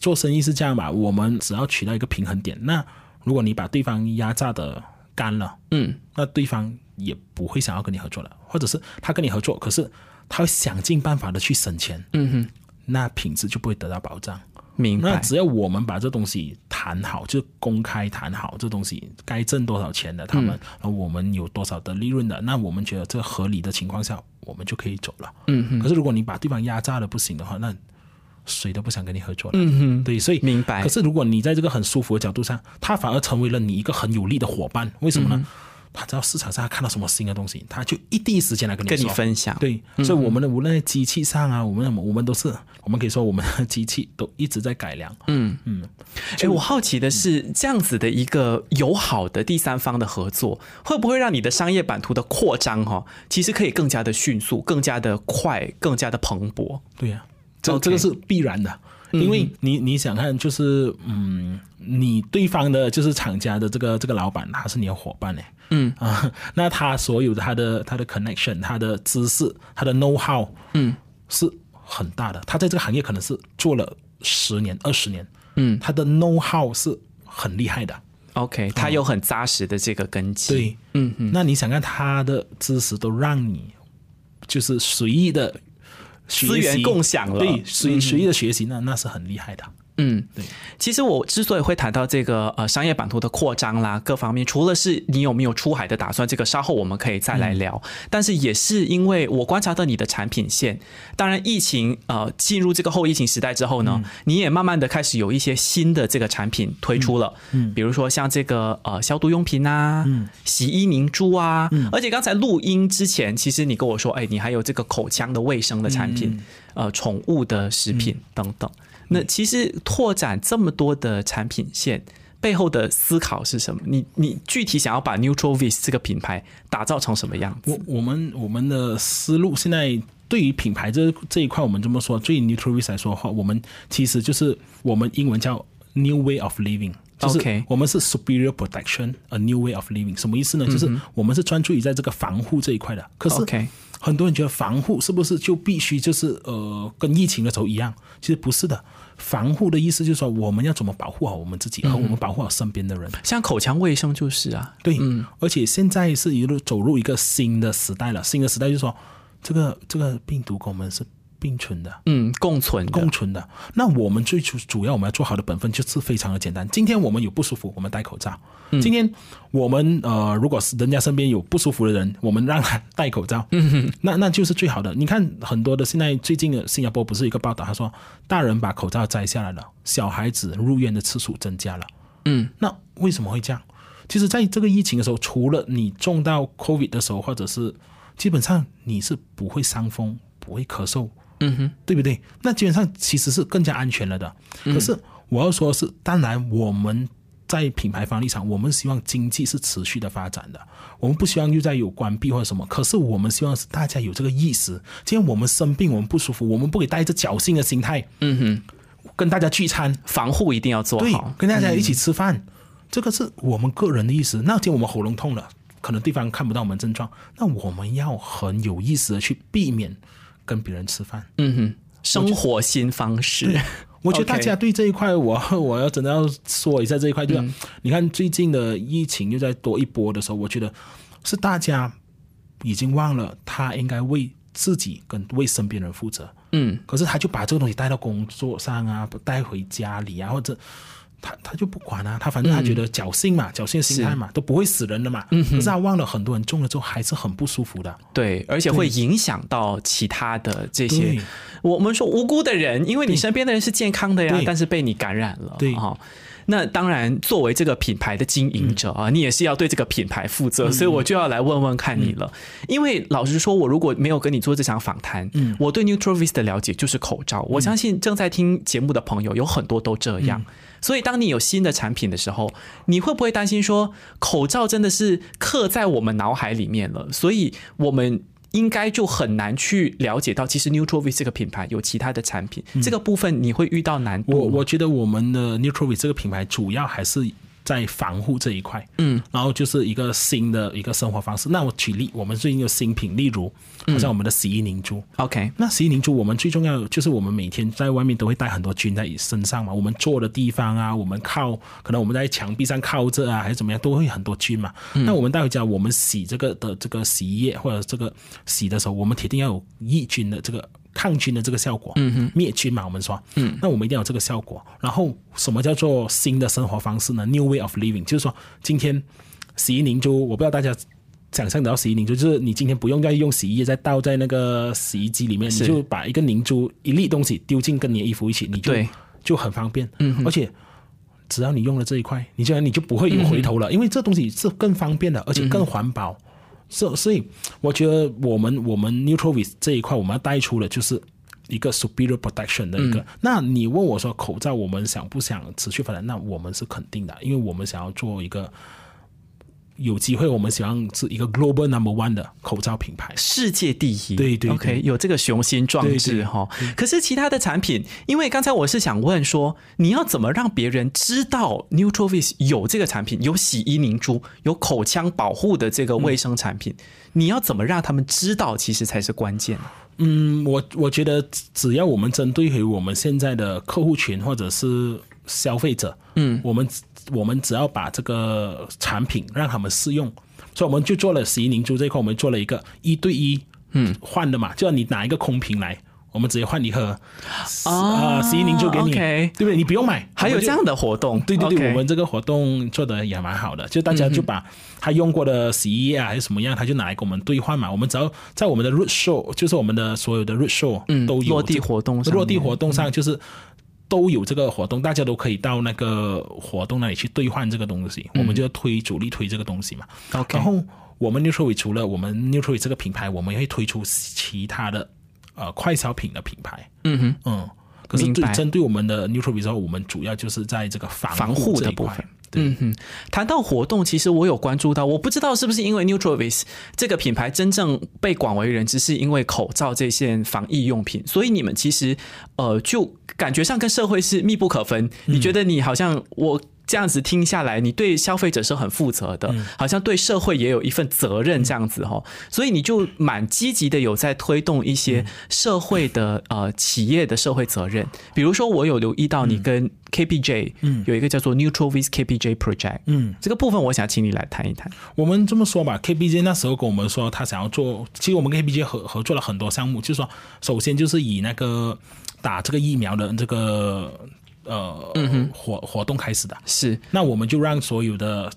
Speaker 2: 做生意是这样吧，我们只要取到一个平衡点。那如果你把对方压榨的干了，
Speaker 1: 嗯，
Speaker 2: 那对方也不会想要跟你合作了，或者是他跟你合作，可是他会想尽办法的去省钱，嗯哼，那品质就不会得到保障。
Speaker 1: 明
Speaker 2: 那
Speaker 1: 白。
Speaker 2: 只要我们把这东西谈好，就公开谈好，这东西该挣多少钱的，他
Speaker 1: 嗯
Speaker 2: 们，然后我们有多少的利润的，那我们觉得这合理的情况下，我们就可以走了。嗯，可是如果你把对方压榨的不行的话，那谁都不想跟你合作了。嗯哼，对，所以
Speaker 1: 明白嗯
Speaker 2: 可是如果你在这个很舒服的角度上，他反而成为了你一个很有力的伙伴，为什么呢？他只要市场上看到什么新的东西，他就一第一时间来跟你
Speaker 1: 跟你
Speaker 2: 说
Speaker 1: 分享
Speaker 2: 对，所以我们的无论在机器上啊，我们的我们都是，我们可以说我们的机器都一直在改良。嗯嗯，
Speaker 1: 哎，我好奇的是，这样子的一个友好的第三方的合作，会不会让你的商业版图的扩张哈、哦，其实可以更加的迅速、更加的快、更加的蓬勃？
Speaker 2: 对呀、这
Speaker 1: OK
Speaker 2: 这个是必然的，因为你你想看，就是嗯，你对方的就是厂家的这个这个老板，他是你的伙伴呢，嗯啊， [LAUGHS] 那他所有的他的他的 connection，他的知识，他的 know how，嗯，是很大的。他在这个行业可能是做了十年、二十年，嗯，他的 know how 是很厉害的，
Speaker 1: OK，它有很扎实的这个根基。，
Speaker 2: 对，嗯嗯。那你想看他的知识都让你就是随意的
Speaker 1: 资源共享了
Speaker 2: 对，随随意的学习，那那是很厉害的。
Speaker 1: 嗯，
Speaker 2: 对。
Speaker 1: 其实我之所以会谈到这个呃商业版图的扩张啦，各方面，除了是你有没有出海的打算，这个稍后我们可以再来聊，但是也是因为我观察到你的产品线，当然疫情呃进入这个后疫情时代之后呢，你也慢慢的开始有一些新的这个产品推出了，嗯，比如说像这个呃消毒用品啊，嗯，洗衣凝珠啊，而且刚才录音之前，其实你跟我说，哎，你还有这个口腔的卫生的产品，呃，宠物的食品等等。那其实拓展这么多的产品线背后的思考是什么？你你具体想要把 Neutrovis 这个品牌打造成什么样子？
Speaker 2: 我我们我们的思路现在对于品牌这这一块，我们这么说，对于 Nutrivis 来说的话，我们其实就是我们英文叫 New Way of Living。就是
Speaker 1: OK
Speaker 2: 我们是 superior protection a new way of living，什么意思
Speaker 1: 嗯
Speaker 2: 呢？就是我们是专注于在这个防护这一块的。可是
Speaker 1: OK
Speaker 2: 很多人觉得防护是不是就必须就是呃跟疫情的时候一样？其实不是的，防护的意思就是说我们要怎么保护好我们自己，和我们保护好身边的人。
Speaker 1: 像口腔卫生就是啊，
Speaker 2: 对，而且现在是一路走入一个新的时代了。新的时代就是说，这个这个病毒跟我们是并存的、
Speaker 1: 嗯，共存的
Speaker 2: 共存的。那我们最主主要我们要做好的本分就是非常的简单。今天我们有不舒服，我们戴口罩。今天我们呃，如果是人家身边有不舒服的人，我们让他戴口罩。嗯那那就是最好的。你看很多的现在最近的新加坡不是有一个报道，他说大人把口罩摘下来了，小孩子入院的次数增加了。那为什么会这样？其实，在这个疫情的时候，除了你中到 COVID 的时候，或者是基本上你是不会伤风、不会咳嗽，嗯哼，对不对？那基本上其实是更加安全了的。可是我要说的是，当然我们在品牌方立场，我们希望经济是持续的发展的，我们不希望又在有关闭或者什么。可是我们希望是大家有这个意识，今天我们生病，我们不舒服，我们不可以带着侥幸的心态，嗯哼，跟大家聚餐，
Speaker 1: 防护一定要做
Speaker 2: 对
Speaker 1: 好，。嗯
Speaker 2: 跟大家一起吃饭，这个是我们个人的意思。那天我们喉咙痛了，可能对方看不到我们症状，那我们要很有意识的去避免跟别人吃饭。
Speaker 1: 嗯哼，生活新方式。
Speaker 2: 我觉得
Speaker 1: OK 嗯
Speaker 2: 大家对这一块我， [LAUGHS] 我要真的要说一下这一块，就是、你看最近的疫情又在多一波的时候，我觉得是大家已经忘了他应该为自己跟为身边人负责。
Speaker 1: 嗯，
Speaker 2: 可是他就把这个东西带到工作上啊，带回家里啊，或者他他就不管啊，他反正他
Speaker 1: 嗯
Speaker 2: 觉得侥幸嘛，侥幸的心态嘛，都不会死人的嘛。可是他忘了很多人中了之后还是很不舒服的。
Speaker 1: 对，而且会影响到其他的这些
Speaker 2: 对，
Speaker 1: 我们说无辜的人，因为你身边的人是健康的呀
Speaker 2: 对，
Speaker 1: 但是被你感染了，
Speaker 2: 对
Speaker 1: 哦。那当然，作为这个品牌的经营者啊，你也是要对这个品牌负责，所以我就要来问问看你了。因为老实说，我如果没有跟你做这场访谈，我对 Nutrovis 的了解就是口罩。我相信正在听节目的朋友有很多都这样。所以，当你有新的产品的时候，你会不会担心说口罩真的是刻在我们脑海里面了？所以我们应该就很难去了解到，其实 Neutrovis 这个品牌有其他的产品，这个部分你会遇到难
Speaker 2: 我
Speaker 1: 度吗。
Speaker 2: 我觉得我们的 Neutrovi 这个品牌主要还是在防护这一块，嗯，然后就是一个新的一个生活方式。那我举例，我们最近有新品，例如好像我们的洗衣凝珠。
Speaker 1: OK，
Speaker 2: 那洗衣凝珠，我们最重要的就是我们每天在外面都会带很多菌在身上嘛，我们坐的地方啊，我们靠，可能我们在墙壁上靠着啊，还是怎么样，都会很多菌嘛。那我们带回家，我们洗这个的这个洗衣液或者这个洗的时候，我们铁定要有抑菌的这个抗菌的这个效果，嗯、灭菌嘛，我们说，嗯，那我们一定要有这个效果。然后什么叫做新的生活方式呢？New way of living，就是说今天洗衣凝珠，我不知道大家。想象到洗衣凝珠，就是你今天不用再用洗衣液再倒在那个洗衣机里面，你就把一个凝珠一粒东西丢进跟你的衣服一起，你就
Speaker 1: 对
Speaker 2: 就很方便，嗯，而且只要你用了这一块，你就你就不会有回头了，因为这东西是更方便的，而且更环保。所所以，我觉得我们我们 Neutrovis 这一块，我们要带出的就是一个 superior protection 的一个。那你问我说口罩我们想不想持续发展？那我们是肯定的，因为我们想要做一个有机会，我们希望是一个 global number one 的口罩品牌。
Speaker 1: 世界第一，
Speaker 2: 对对对
Speaker 1: ，OK，有这个雄心壮
Speaker 2: 对嗯
Speaker 1: 志
Speaker 2: 对
Speaker 1: 哈、可是其他的产品，因为刚才我是想问说，你要怎么让别人知道 Nutrovis 有这个产品，有洗衣凝珠，有口腔保护的这个卫
Speaker 2: 嗯
Speaker 1: 生产品，你要怎么让他们知道，其实才是关键。
Speaker 2: 嗯，我我觉得只只要我们针对于我们现在的客户群或者是消费者，嗯，我们我们只要把这个产品让他们试用，所以我们就做了洗衣凝珠这一块，我们做了一个一对一，嗯，换的嘛，就你拿一个空瓶来，我们直接换一盒，
Speaker 1: 啊
Speaker 2: 呃，洗衣凝珠给你
Speaker 1: OK
Speaker 2: 对不对？你不用买，
Speaker 1: 还有
Speaker 2: 我们
Speaker 1: 这
Speaker 2: 就
Speaker 1: 样的活动，
Speaker 2: 对对对
Speaker 1: OK
Speaker 2: 我们这个活动做的也蛮好的，就大家就把他用过的洗衣液啊还是什么样，他就拿来跟我们兑换嘛。我们只要在我们的 root show，就是我们的所有的 root show 都有、
Speaker 1: 嗯落地活动上面嗯
Speaker 2: 落地活动上就是。都有这个活动，大家都可以到那个活动那里去兑换这个东西。我们就要推主力推这个东西嘛。
Speaker 1: 嗯 OK
Speaker 2: 然后我们 Neutrovi 除了我们 Neutrovi 这个品牌，我们也会推出其他的呃快消品的品牌。嗯哼，嗯。可是
Speaker 1: 明
Speaker 2: 对
Speaker 1: 白
Speaker 2: 针对我们的 Neutrovi 之后，我们主要就是在这个防
Speaker 1: 防护
Speaker 2: 这
Speaker 1: 的
Speaker 2: 一
Speaker 1: 部
Speaker 2: 块
Speaker 1: 分。
Speaker 2: 对，
Speaker 1: 谈到活动，其实我有关注到，我不知道是不是因为 Nutrovis 这个品牌真正被广为人知，是因为口罩这件防疫用品，所以你们其实呃，就感觉上跟社会是密不可分。你觉得你好像我。这样子听下来，你对消费者是很负责的，好像对社会也有一份责任这样子哦，所以你就蛮积极的有在推动一些社会的、呃企业的社会责任，比如说我有留意到你跟 KPJ 有一个叫做 Neutral Vis KPJ Project，
Speaker 2: 嗯，
Speaker 1: 这个部分我想请你来谈一谈。
Speaker 2: 我们这么说吧，KBJ 那时候跟我们说他想要做，其实我们跟 KBJ 合合作了很多项目，就是说，首先就是以那个打这个疫苗的这个呃、活活动开始的，
Speaker 1: 是
Speaker 2: 那我们就让所有的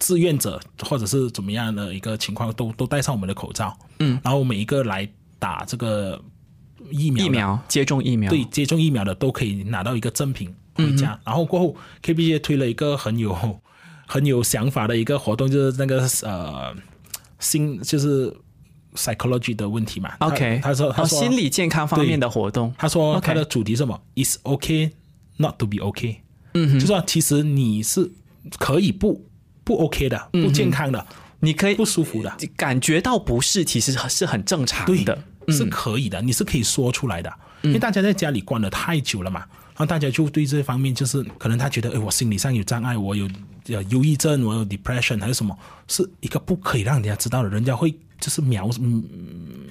Speaker 2: 志愿者或者是怎么样的一个情况都都戴上我们的口罩，嗯，然后每一个来打这个疫苗
Speaker 1: 疫
Speaker 2: 的
Speaker 1: 苗接种疫苗，
Speaker 2: 对接种疫苗的都可以拿到一个赠品回家。
Speaker 1: 嗯
Speaker 2: 然后过后，KBJ 推了一个很有 [LAUGHS] 很有想法的一个活动，就是那个呃心就是 psychology 的问题嘛。他
Speaker 1: ，OK，
Speaker 2: 他说他
Speaker 1: 哦
Speaker 2: 说、
Speaker 1: 心理健康方面的活动，
Speaker 2: 他说
Speaker 1: OK
Speaker 2: 他的主题是什么？Is okay not to be okay。嗯，就说其实你是可以不不 OK 的，不健康的，
Speaker 1: 嗯你可以
Speaker 2: 不舒服的，
Speaker 1: 感觉到不适，其实是很正常
Speaker 2: 对
Speaker 1: 的。
Speaker 2: 是可以的，你是可以说出来的。因为大家在家里关了太久了嘛，然后大家就对这方面就是可能他觉得，哎，我心理上有障碍，我有呃忧郁症，我有 depression 还是什么，是一个不可以让人家知道的，人家会就是瞄嗯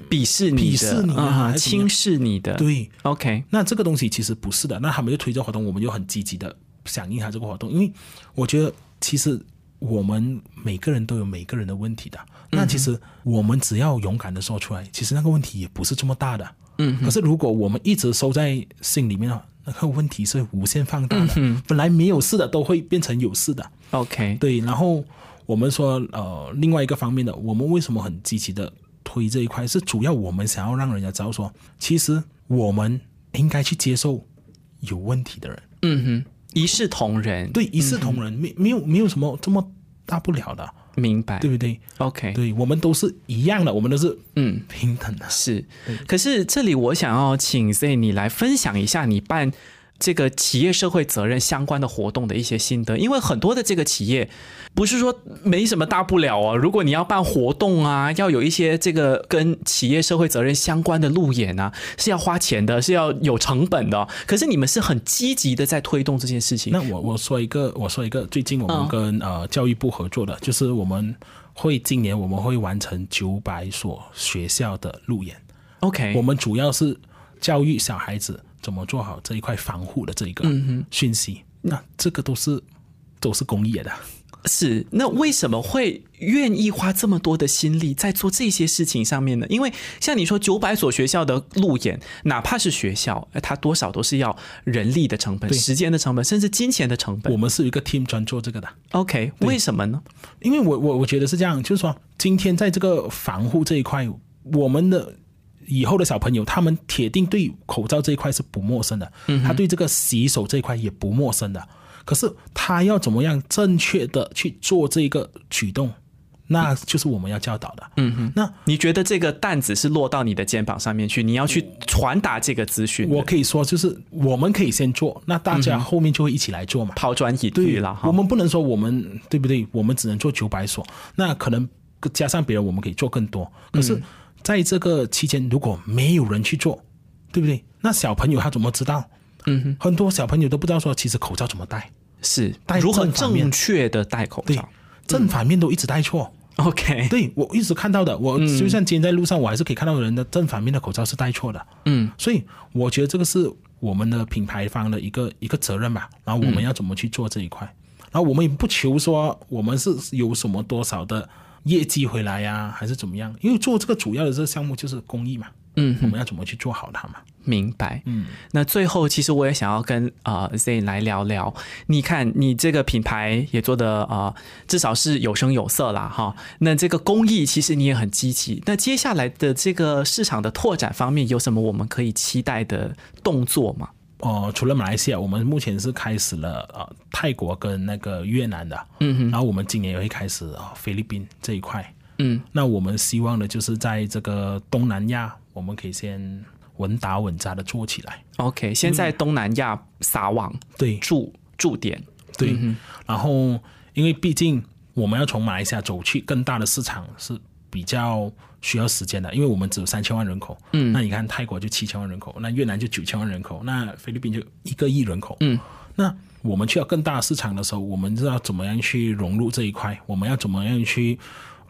Speaker 1: 鄙视你的，
Speaker 2: 鄙视你啊
Speaker 1: 嗯
Speaker 2: 还是怎么
Speaker 1: 轻
Speaker 2: 样
Speaker 1: 视你的，
Speaker 2: 对。
Speaker 1: ，OK，
Speaker 2: 那这个东西其实不是的，那他们就推这活动，我们就很积极的响应他这个活动，因为我觉得其实我们每个人都有每个人的问题的，那其实我们只要勇敢的说出来，其实那个问题也不是这么大的。嗯，可是如果我们一直收在心里面啊，那个问题是无限放大的，本来没有事的都会变成有事的。
Speaker 1: OK，
Speaker 2: 对，然后我们说呃，另外一个方面的，我们为什么很积极的推这一块，是主要我们想要让人家知道说，其实我们应该去接受有问题的人，
Speaker 1: 嗯哼，一视同仁，，
Speaker 2: 对，一视同仁，没没有没有什么这么大不了的，
Speaker 1: 明白，
Speaker 2: 对不对？
Speaker 1: OK，
Speaker 2: 对我们都是一样的，我们都是
Speaker 1: 嗯
Speaker 2: 平等的。
Speaker 1: 是，可是这里我想要请 Z 你来分享一下你办这个企业社会责任相关的活动的一些心得，因为很多的这个企业不是说没什么大不了啊，如果你要办活动啊，要有一些这个跟企业社会责任相关的路演啊，是要花钱的，是要有成本的。可是你们是很积极的在推动这件事情
Speaker 2: 那我我说一个，我说一个，最近我们
Speaker 1: 嗯
Speaker 2: 跟、呃教育部合作的，就是我们会今年我们会完成九百所学校的路演。我
Speaker 1: ，OK，
Speaker 2: 们主要是教育小孩子怎么做好这一块防护的这一个讯息。那这个都是都是公益的，
Speaker 1: 是，那为什么会愿意花这么多的心力在做这些事情上面呢？因为像你说，九百所学校的路演，哪怕是学校，呃它多少都是要人力的成本、时间的成本，甚至金钱的成
Speaker 2: 我
Speaker 1: 本。
Speaker 2: 们是有一个 team 专做这个的。
Speaker 1: OK，为什么呢？
Speaker 2: 因为我我我觉得是这样，就是说今天在这个防护这一块，我们的以后的小朋友，他们嗯铁定对口罩这一块是不陌生的，他对这个洗手这一块也不陌生的。可是他要怎么样正确的去做这个举动，那就是我们要教导的。嗯哼，那
Speaker 1: 你觉得这个担子是落到你的肩膀上面去，你要去传达这个资讯的，
Speaker 2: 我可以说就是我们可以先做，那大家后面就会一起来做嘛。
Speaker 1: 抛砖引
Speaker 2: 对
Speaker 1: 玉了哈
Speaker 2: 我。们不能说我们对不对？我们只能做九百所，那可能加上别人，我们可以做更多。可是在这个期间，如果没有人去做，对不对？那小朋友他怎么知道？嗯哼，很多小朋友都不知道说，其实口罩怎么戴，
Speaker 1: 是
Speaker 2: 戴
Speaker 1: 如何
Speaker 2: 正反面
Speaker 1: 正确的戴口
Speaker 2: 对
Speaker 1: 罩，
Speaker 2: 正反面都一直戴错。
Speaker 1: ？OK，
Speaker 2: 对我一直看到的，我就像今天在路上，我还是可以看到人的正反面的口罩是戴错的。
Speaker 1: 嗯，
Speaker 2: 所以我觉得这个是我们的品牌方的一个一个责任吧。然后我们要怎么去做这一块？然后我们也不求说我们是有什么多少的业绩回来呀、还是怎么样？因为做这个主要的这个项目就是公益嘛。嗯，我们要怎么去做好它嘛？
Speaker 1: 明白。嗯，那最后其实我也想要跟啊、呃、Z 来聊聊，你看你这个品牌也做的啊、呃至少是有声有色啦哈。那这个公益其实你也很积极，那接下来的这个市场的拓展方面有什么我们可以期待的动作吗？
Speaker 2: 哦，除了马来西亚，我们目前是开始了呃泰国跟那个越南的，嗯哼，然后我们今年也会开始啊、菲律宾这一块，
Speaker 1: 嗯，
Speaker 2: 那我们希望呢，就是在这个东南亚，我们可以先稳打稳扎的做起来，
Speaker 1: OK，先在东南亚撒网
Speaker 2: 对
Speaker 1: 驻驻点，
Speaker 2: 对，然后因为毕竟我们要从马来西亚走去更大的市场是比较需要时间的，因为我们只有三千万人口，嗯，那你看泰国就七千万人口，那越南就九千万人口，那菲律宾就一个亿人口，嗯，那我们去到更大的市场的时候，我们知道怎么样去融入这一块，我们要怎么样去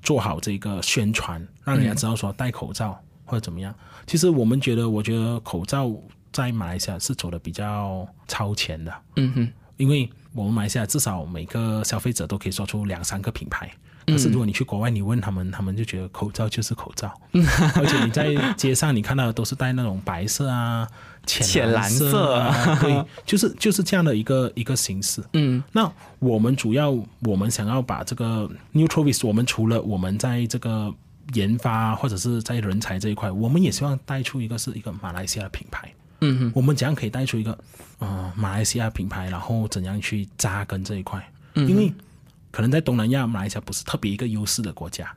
Speaker 2: 做好这个宣传，让人家知道说戴口罩或者怎么样。其实我们觉得，我觉得口罩在马来西亚是走的比较超前的，
Speaker 1: 嗯哼，
Speaker 2: 因为我们马来西亚至少每个消费者都可以说出两三个品牌。可是如果你去国外，你问他们，他们就觉得口罩就是口罩， [LAUGHS] 而且你在街上你看到的都是戴那种白色啊、浅
Speaker 1: 浅蓝
Speaker 2: 色啊，对，就是就是这样的一个一个形式。嗯，那我们主要我们想要把这个 Neutrovis，我们除了我们在这个研发或者是在人才这一块，我们也希望带出一个是一个马来西亚的品牌。我们怎样可以带出一个呃马来西亚品牌，然后怎样去扎根这一块？因为可能在东南亚，马来西亚不是特别一个优势的国家。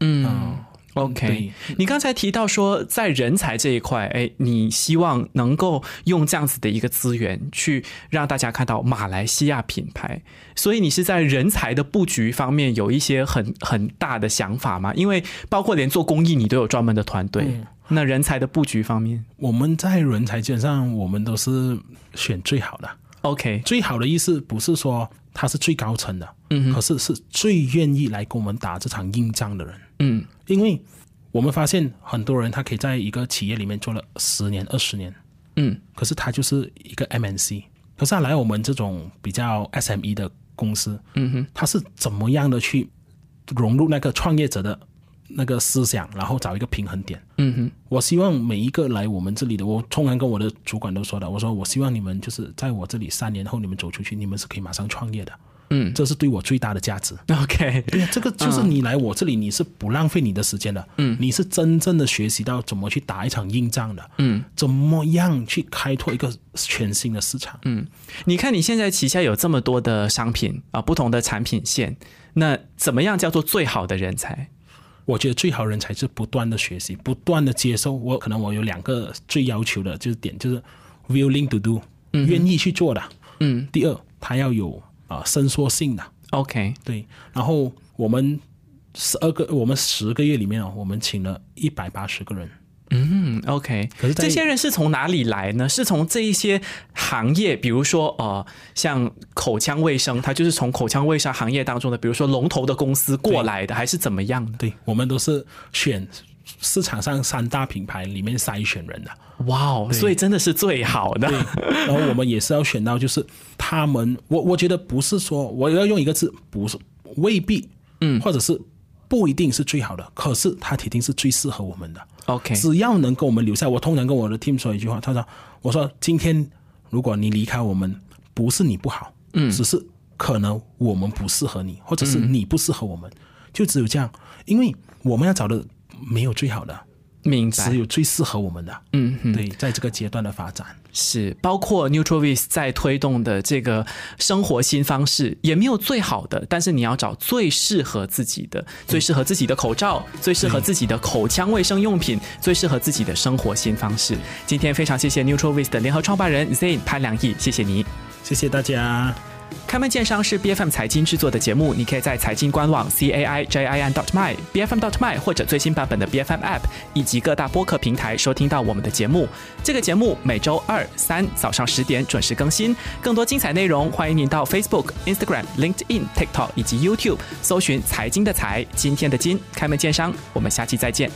Speaker 2: 嗯
Speaker 1: OK，
Speaker 2: 对
Speaker 1: 你刚才提到说，在人才这一块，哎，你希望能够用这样子的一个资源去让大家看到马来西亚品牌，所以你是在人才的布局方面有一些很很大的想法吗？因为包括连做公益，你都有专门的团队。那人才的布局方面
Speaker 2: 我们在人才基本上我们都是选最好的，
Speaker 1: ，OK， [LAUGHS]
Speaker 2: 最好的意思不是说他是最高层的，嗯，可是是最愿意来跟我们打这场硬仗的人，
Speaker 1: 嗯，
Speaker 2: 因为我们发现很多人他可以在一个企业里面做了十年、二十年，
Speaker 1: 嗯，
Speaker 2: 可是他就是一个 MNC，可是他来我们这种比较 SME 的公司，嗯哼，他是怎么样的去融入那个创业者的那个思想，然后找一个平衡点，
Speaker 1: 嗯哼，
Speaker 2: 我希望每一个来我们这里的，我通常跟我的主管都说的，我说我希望你们就是在我这里三年后你们走出去，你们是可以马上创业的，
Speaker 1: 嗯
Speaker 2: 这是对我最大的价值。
Speaker 1: ，OK， [LAUGHS]
Speaker 2: 对呀，这个就是你来我这里，你是不浪费你的时间的，嗯，你是真正的学习到怎么去打一场硬仗的，嗯，怎么样去开拓一个全新的市场，嗯，
Speaker 1: 你看你现在旗下有这么多的商品啊、不同的产品线，那怎么样叫做最好的人才？
Speaker 2: 我觉得最好人才是不断的学习，不断的接受。我可能我有两个最要求的就是点，就是 willing to do，、愿意去做的。嗯。第二，他要有啊、伸缩性的，
Speaker 1: OK，
Speaker 2: 对。然后我们十二个，我们十个月里面哦，我们请了一百八十个人。
Speaker 1: 嗯，OK，
Speaker 2: 可是在
Speaker 1: 这些人是从哪里来呢？是从这一些行业，比如说呃，像口腔卫生，它就是从口腔卫生行业当中的，比如说龙头的公司过来的，还是怎么样的？
Speaker 2: 对，我们都是选市场上三大品牌里面筛选人的。
Speaker 1: 哇哦，所以真的是最好的。
Speaker 2: 然后我们也是要选到，就是他们，我我觉得不是说我要用一个字，不是未必，嗯，或者是不一定是最好的，可是他铁定是最适合我们的。
Speaker 1: OK，
Speaker 2: 只要能跟我们留下，我通常跟我的 team 说一句话，他说：“我说今天如果你离开我们，不是你不好，嗯，只是可能我们不适合你，或者
Speaker 1: 嗯
Speaker 2: 是你不适合我们，就只有这样，因为我们要找的没有最好的，
Speaker 1: 明白
Speaker 2: 只有最适合我们的。
Speaker 1: 嗯嗯，
Speaker 2: 对，在这个阶段的发展，
Speaker 1: 是包括 Nutravis 在推动的这个生活新方式，也没有最好的，但是你要找最适合自己的、最适合自己的口罩、最适合自己的口腔卫生用品、最适合自己的生活新方式。今天非常谢谢 Nutravis 的联合创办人 Zain 潘良义，谢谢你。
Speaker 2: 谢谢大家。
Speaker 1: 开门见商是 B F M 财经制作的节目，你可以在财经官网 c a i j i n dot my b f m dot my 或者最新版本的 B F M App 以及各大播客平台收听到我们的节目。这个节目每周二、三早上十点准时更新，更多精彩内容欢迎您到 Facebook、Instagram、LinkedIn、TikTok 以及 YouTube 搜寻“财经的财”，今天的金开门见商，我们下期再见，